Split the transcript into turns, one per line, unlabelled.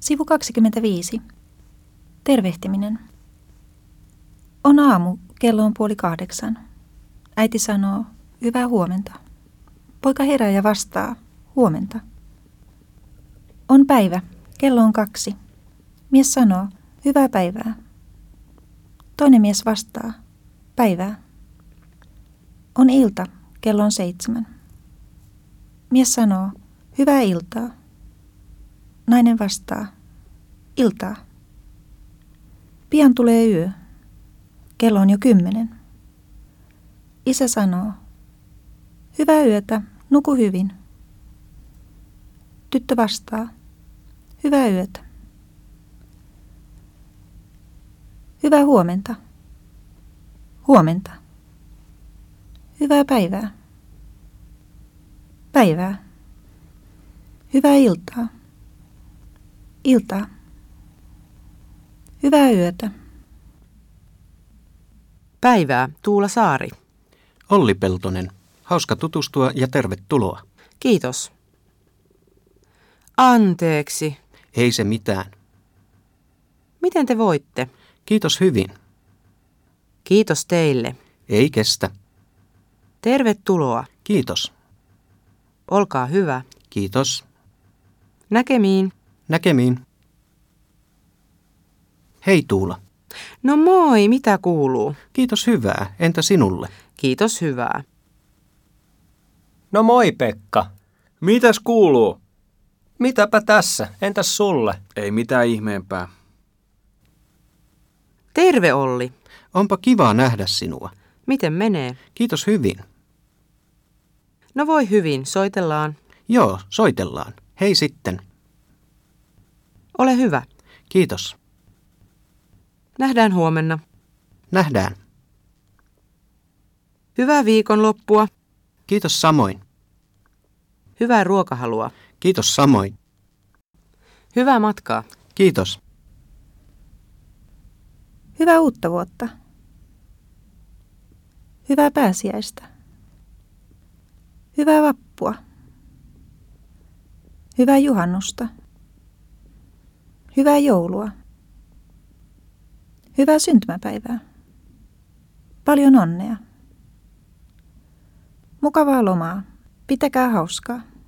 Sivu 25. Tervehtiminen. On aamu, kello on puoli kahdeksan. Äiti sanoo, hyvää huomenta. Poika herää ja vastaa, huomenta. On päivä, kello on kaksi. Mies sanoo, hyvää päivää. Toinen mies vastaa, päivää. On ilta, kello on seitsemän. Mies sanoo, hyvää iltaa. Nainen vastaa, iltaa. Pian tulee yö. Kello on jo kymmenen. Isä sanoo, hyvää yötä, nuku hyvin. Tyttö vastaa, hyvää yötä. Hyvää huomenta. Huomenta. Hyvää päivää. Päivää. Hyvää iltaa. Iltaa. Hyvää yötä.
Päivää, Tuula Saari.
Olli Peltonen. Hauska tutustua ja tervetuloa.
Kiitos. Anteeksi.
Ei se mitään.
Miten te voitte?
Kiitos hyvin.
Kiitos teille.
Ei kestä.
Tervetuloa.
Kiitos.
Olkaa hyvä.
Kiitos.
Näkemiin.
Näkemiin. Hei Tuula.
No moi, mitä kuuluu?
Kiitos hyvää. Entä sinulle?
Kiitos hyvää.
No moi Pekka.
Mitäs kuuluu?
Mitäpä tässä? Entäs sulle?
Ei mitään ihmeempää.
Terve Olli.
Onpa kiva nähdä sinua.
Miten menee?
Kiitos hyvin.
No voi hyvin, soitellaan.
Joo, soitellaan. Hei sitten.
Ole hyvä.
Kiitos.
Nähdään huomenna.
Nähdään.
Hyvää viikonloppua.
Kiitos samoin.
Hyvää ruokahalua.
Kiitos samoin.
Hyvää matkaa.
Kiitos.
Hyvää uutta vuotta. Hyvää pääsiäistä. Hyvää vappua. Hyvää juhannusta. Hyvää joulua. Hyvää syntymäpäivää. Paljon onnea. Mukavaa lomaa. Pitäkää hauskaa.